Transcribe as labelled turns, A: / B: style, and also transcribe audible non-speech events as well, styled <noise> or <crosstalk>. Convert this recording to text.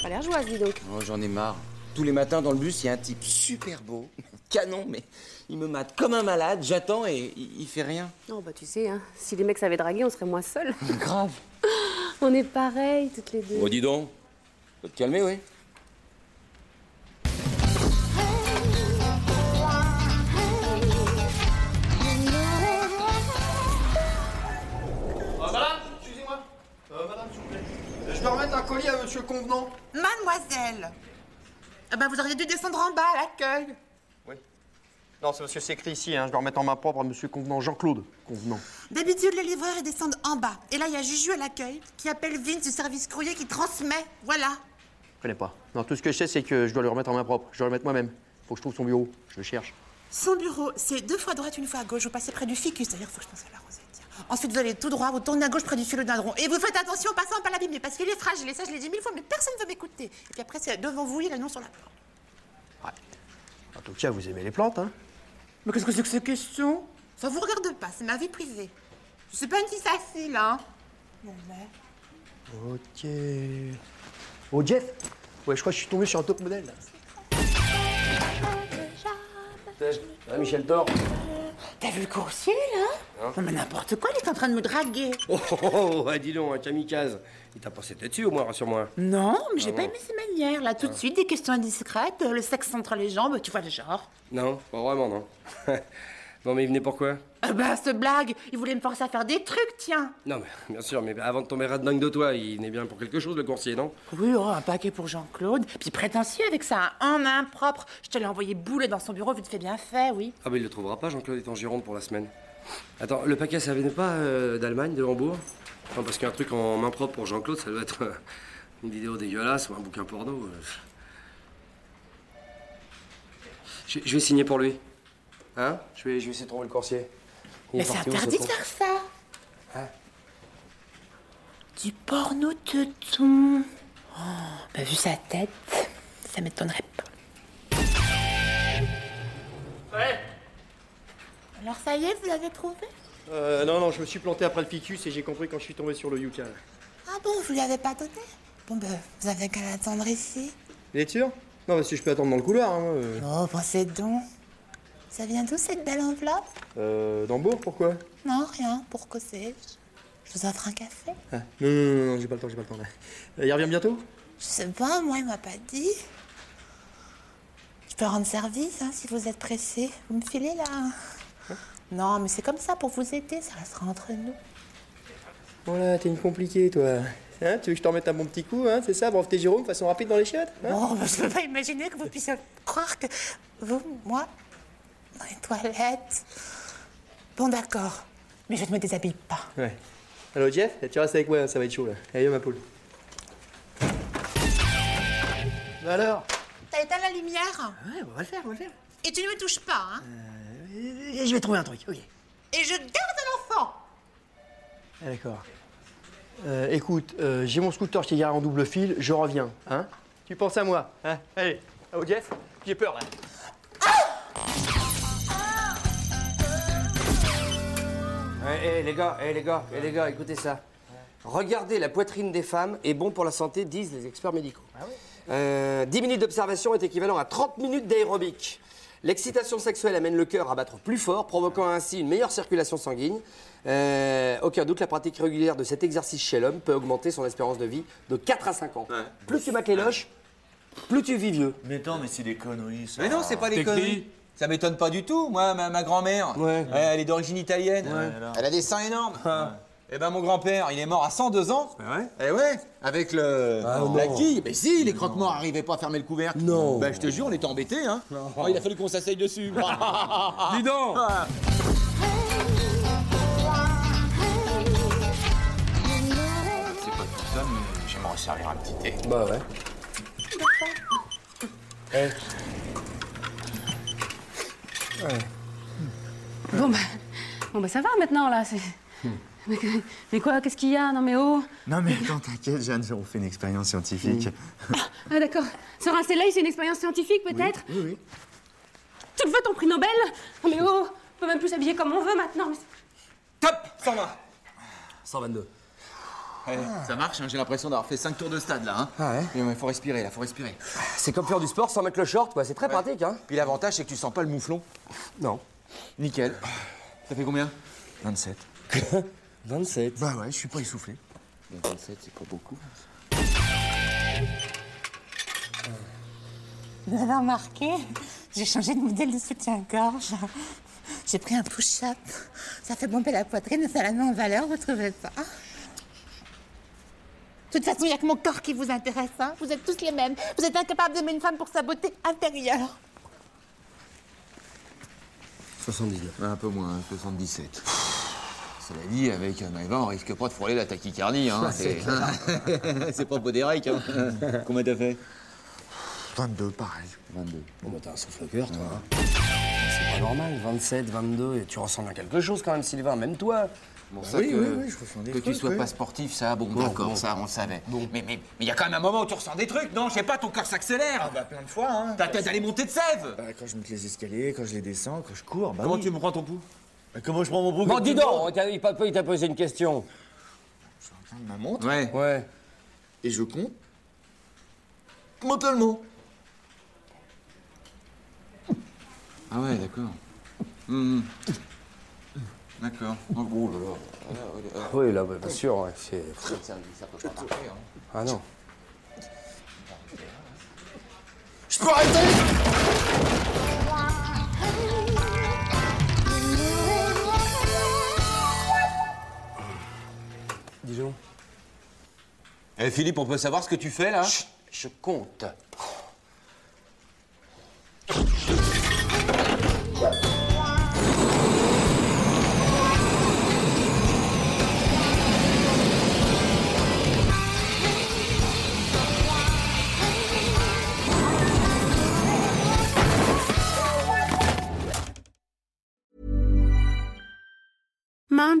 A: Pas l'air joie, dis donc.
B: Oh, j'en ai marre. Tous les matins dans le bus, il y a un type super
C: <laughs>
B: beau, canon, mais il me mate comme un malade, j'attends et il, il fait rien.
A: Non, bah tu sais, hein, si les mecs savaient draguer, on serait moins seuls.
D: <laughs>
B: Grave.
A: on est pareils, toutes les deux.
B: Bon, Oh, dis donc, faut te calmer, oui.
E: Ah, madame, excusez-moi. Euh, madame, s'il vous plaît. Euh, Je dois remettre un colis à monsieur Convenant.
F: Mademoiselle Ah ben vous auriez dû descendre en bas à l'accueil.
E: Oui. Non, c'est parce que c'est écrit ici, hein. je dois remettre en main propre à monsieur Convenant, Jean-Claude Convenant.
F: D'habitude, les livreurs ils descendent en bas. Et là, il y a Juju à l'accueil qui appelle Vince du service courrier qui transmet. Voilà.
E: Je connais pas. Non, tout ce que je sais, c'est que je dois le remettre en main propre. Je dois le remettre moi-même. Faut que je trouve son bureau. Je le cherche.
F: Son bureau, c'est deux fois à droite, une fois à gauche. Vous passez près du ficus, c'est-à-dire faut que je pense à la rosette. Ensuite, vous allez tout droit, vous tournez à gauche près du philodendron. Et vous faites attention en passant par l'abîmé, parce qu'il est fragile. Et ça, je l'ai dit mille fois, mais personne ne veut m'écouter. Et puis après, c'est devant vous, il y a l'annonce sur la porte.
E: Ouais. En tout cas, vous aimez les plantes, hein
F: Mais qu'est-ce que c'est que ces questions Ça vous regarde pas, c'est ma vie privée. Je suis pas une fille facile, hein. Bon, mais...
E: Ok. Oh, Jeff Ouais, je crois que je suis tombé sur un top modèle, là. Ah, Michel Thor.
F: T'as vu le coursier, là Non, mais n'importe quoi, il est en train de me draguer.
C: <laughs> Oh, oh, oh, ah, dis donc, un kamikaze. Il t'a passé dessus au moins, rassure-moi.
F: Non, mais j'ai pas aimé ses manières, là, tout de suite, des questions indiscrètes, euh, le sexe entre les jambes, tu vois le genre.
C: Non, pas vraiment, non. <laughs> non, mais il venait pourquoi
F: Ah bah, ce blague, il voulait me forcer à faire des trucs, tiens.
C: Non, mais bien sûr, mais avant de tomber dingue de toi, il venait bien pour quelque chose, le coursier, non
F: Oui, oh, un paquet pour Jean-Claude, puis prétentieux avec ça, hein, un en impropre. Je te l'ai envoyé bouler dans son bureau, vite fait, bien fait, oui.
C: Ah, bah il le trouvera pas, Jean-Claude est en Gironde pour la semaine. Attends, le paquet, ça venait pas euh, d'Allemagne, de Hambourg Non, parce qu'un truc en main propre pour Jean-Claude, ça doit être euh, une vidéo dégueulasse ou un bouquin porno. euh. Je, je vais signer pour lui. Hein je vais, je vais essayer de trouver le coursier. Il est
F: Mais c'est
C: parti où, ce
F: interdit de
C: con
F: faire ça. Du porno teuton. Oh, bah, vu sa tête, ça m'étonnerait pas. Alors ça y est, vous l'avez trouvé
E: Euh, non, non, je me suis planté après le ficus et j'ai compris quand je suis tombé sur le yucca. là.
F: Ah bon, vous lui avez pas donné Bon ben, vous avez qu'à l'attendre ici.
E: Il est sûr Non, parce que je peux attendre dans le couloir, hein. moi, euh.
F: Oh, pensez donc. Ça vient d'où cette belle enveloppe
E: Euh, d'Hambourg, pourquoi
F: Non, rien, pour que sais-je Je vous offre un café
E: Ah, Non, non, non, non, j'ai pas le temps, j'ai pas le temps. là. Euh, il revient bientôt
F: Je sais pas, moi, il m'a pas dit. Je peux rendre service, hein, si vous êtes pressé. Vous me filez, là Non, mais c'est comme ça, pour vous aider, ça restera entre nous.
C: Oh
E: Bon là, t'es une compliquée, toi. Hein, tu veux que je t'en mette un bon petit coup, hein, c'est ça, brave tes Jérôme, façon rapide dans les chiottes hein
F: Oh, bah, <laughs> je peux pas imaginer que vous puissiez croire que vous, moi, dans les toilettes. Bon, d'accord, mais je ne me déshabille pas.
E: Ouais. Allô, Jeff, tu restes avec moi, hein, ça va être chaud, là. Allez, viens, ma poule. Bah alors
F: T'as éteint la lumière
E: Ouais, on va le faire, on va le faire.
F: et tu ne me touches pas, hein
E: Et Eh, je vais trouver un truc, ok.
F: Et je garde l'enfant
E: Ah, d'accord. Euh, écoute, euh, j'ai mon scooter qui est garé en double fil, je reviens, hein Tu penses à moi, hein Allez, allô, Jeff, j'ai peur, là.
B: Eh eh, les gars, eh les gars, eh, les gars, écoutez ça. Regardez la poitrine des femmes est bon pour la santé, disent les experts médicaux.
D: Ah
B: Euh, 10 minutes d'observation est équivalent à 30 minutes d'aérobic. L'excitation sexuelle amène le cœur à battre plus fort, provoquant ainsi une meilleure circulation sanguine. Euh, aucun doute, la pratique régulière de cet exercice chez l'homme peut augmenter son espérance de vie de 4 à 5 ans. Plus tu mates les loches, plus tu vis vieux.
D: Mais attends, mais c'est des conneries, ça.
G: Mais non, c'est pas des conneries. Ça m'étonne pas du tout. Moi, ma, ma grand-mère,
E: Ouais.
G: elle, elle est d'origine italienne. Elle a des seins énormes. Et ben mon grand-père, il est mort à 102 ans. Et ouais, avec le la quille. Mais si, les croque-morts arrivaient pas à fermer le couvercle. Non. Ben je te jure, on était embêtés. Hein. Oh, il a fallu qu'on s'asseye dessus. Dis donc.
H: Hey,
G: servir un petit thé.
C: Bah ouais.
A: Bon bah, bon bah ça va maintenant là. c'est- Mais, que- mais quoi Qu'est-ce qu'il y a Non mais oh.
D: Hmm. Non mais attends, t'inquiète, Jeanne, on fait une expérience scientifique.
A: Ah d'accord. Se rincer l'œil, c'est une expérience scientifique peut-être
D: Oui, oui.
A: Tu le veux ton prix Nobel Non mais oh, on peut même plus s'habiller comme on veut maintenant. mais c'est-
G: Top 120
C: 122.
G: Ça marche, hein, j'ai l'impression d'avoir fait 5 tours de stade là. Hein.
D: Ah ouais
G: Mais ouais, faut respirer là, faut respirer.
B: C'est comme faire du sport sans mettre le short, quoi. C'est très pratique, hein.
G: Puis l'avantage, c'est que tu sens pas le mouflon.
B: Non.
G: Nickel. Ça fait combien
D: 27.
B: 27.
D: Bah ouais, je suis pas essoufflé.
G: 27, c'est pas beaucoup.
F: Vous avez remarqué J'ai changé de modèle de soutien-gorge. J'ai pris un push-up. Ça fait bomber la poitrine, ça la met en valeur, vous trouvez pas De toute façon, il n'y a que mon corps qui vous intéresse. hein. vous êtes tous les mêmes. Vous êtes incapables d'aimer une femme pour sa beauté intérieure.
C: 79.
G: Un peu moins, hein, 77. Cela dit, avec Maëva, on risque pas de frôler la tachycardie. Hein. c'est <laughs> c'est pas beau des recs, hein. Combien t'as fait
D: 22, pareil.
G: 22.
C: Bon bah t'as un souffle au cœur, toi. hein. C'est pas normal, 27, 22, et tu ressembles à quelque chose quand même, Sylvain, même toi.
G: Bon,
D: Bah
G: ça
D: oui,
G: que,
D: oui, oui, je ressens des
G: que tu
D: trucs,
G: sois
D: oui.
G: pas sportif, ça, bon, d'accord, ça, on le savait. Mais il mais, mais y a quand même un moment où tu ressens des trucs, non Je sais pas, ton corps s'accélère. Ah bah plein de fois, hein. Ta tête, elle est montée de sève.
D: Bah, quand je monte les escaliers, quand je les descends, quand je cours, bah oui.
G: me prends ton pouls
D: Bah, comment je prends mon bouc
B: Bon, dis donc, on t'a- il t'a il t'a posé une question.
D: Je suis en train de ma montre
G: Ouais.
B: Ouais.
D: et je compte mentalement.
G: Ah ouais, d'accord. Hmm. D'accord. Donc, oh là là.
B: Oui, là, bah, bien sûr, ouais, c'est... Ah non.
D: Je peux arrêter
B: Dis donc.
G: Eh Philippe, on peut savoir ce que tu fais là
B: Je compte.
H: Mom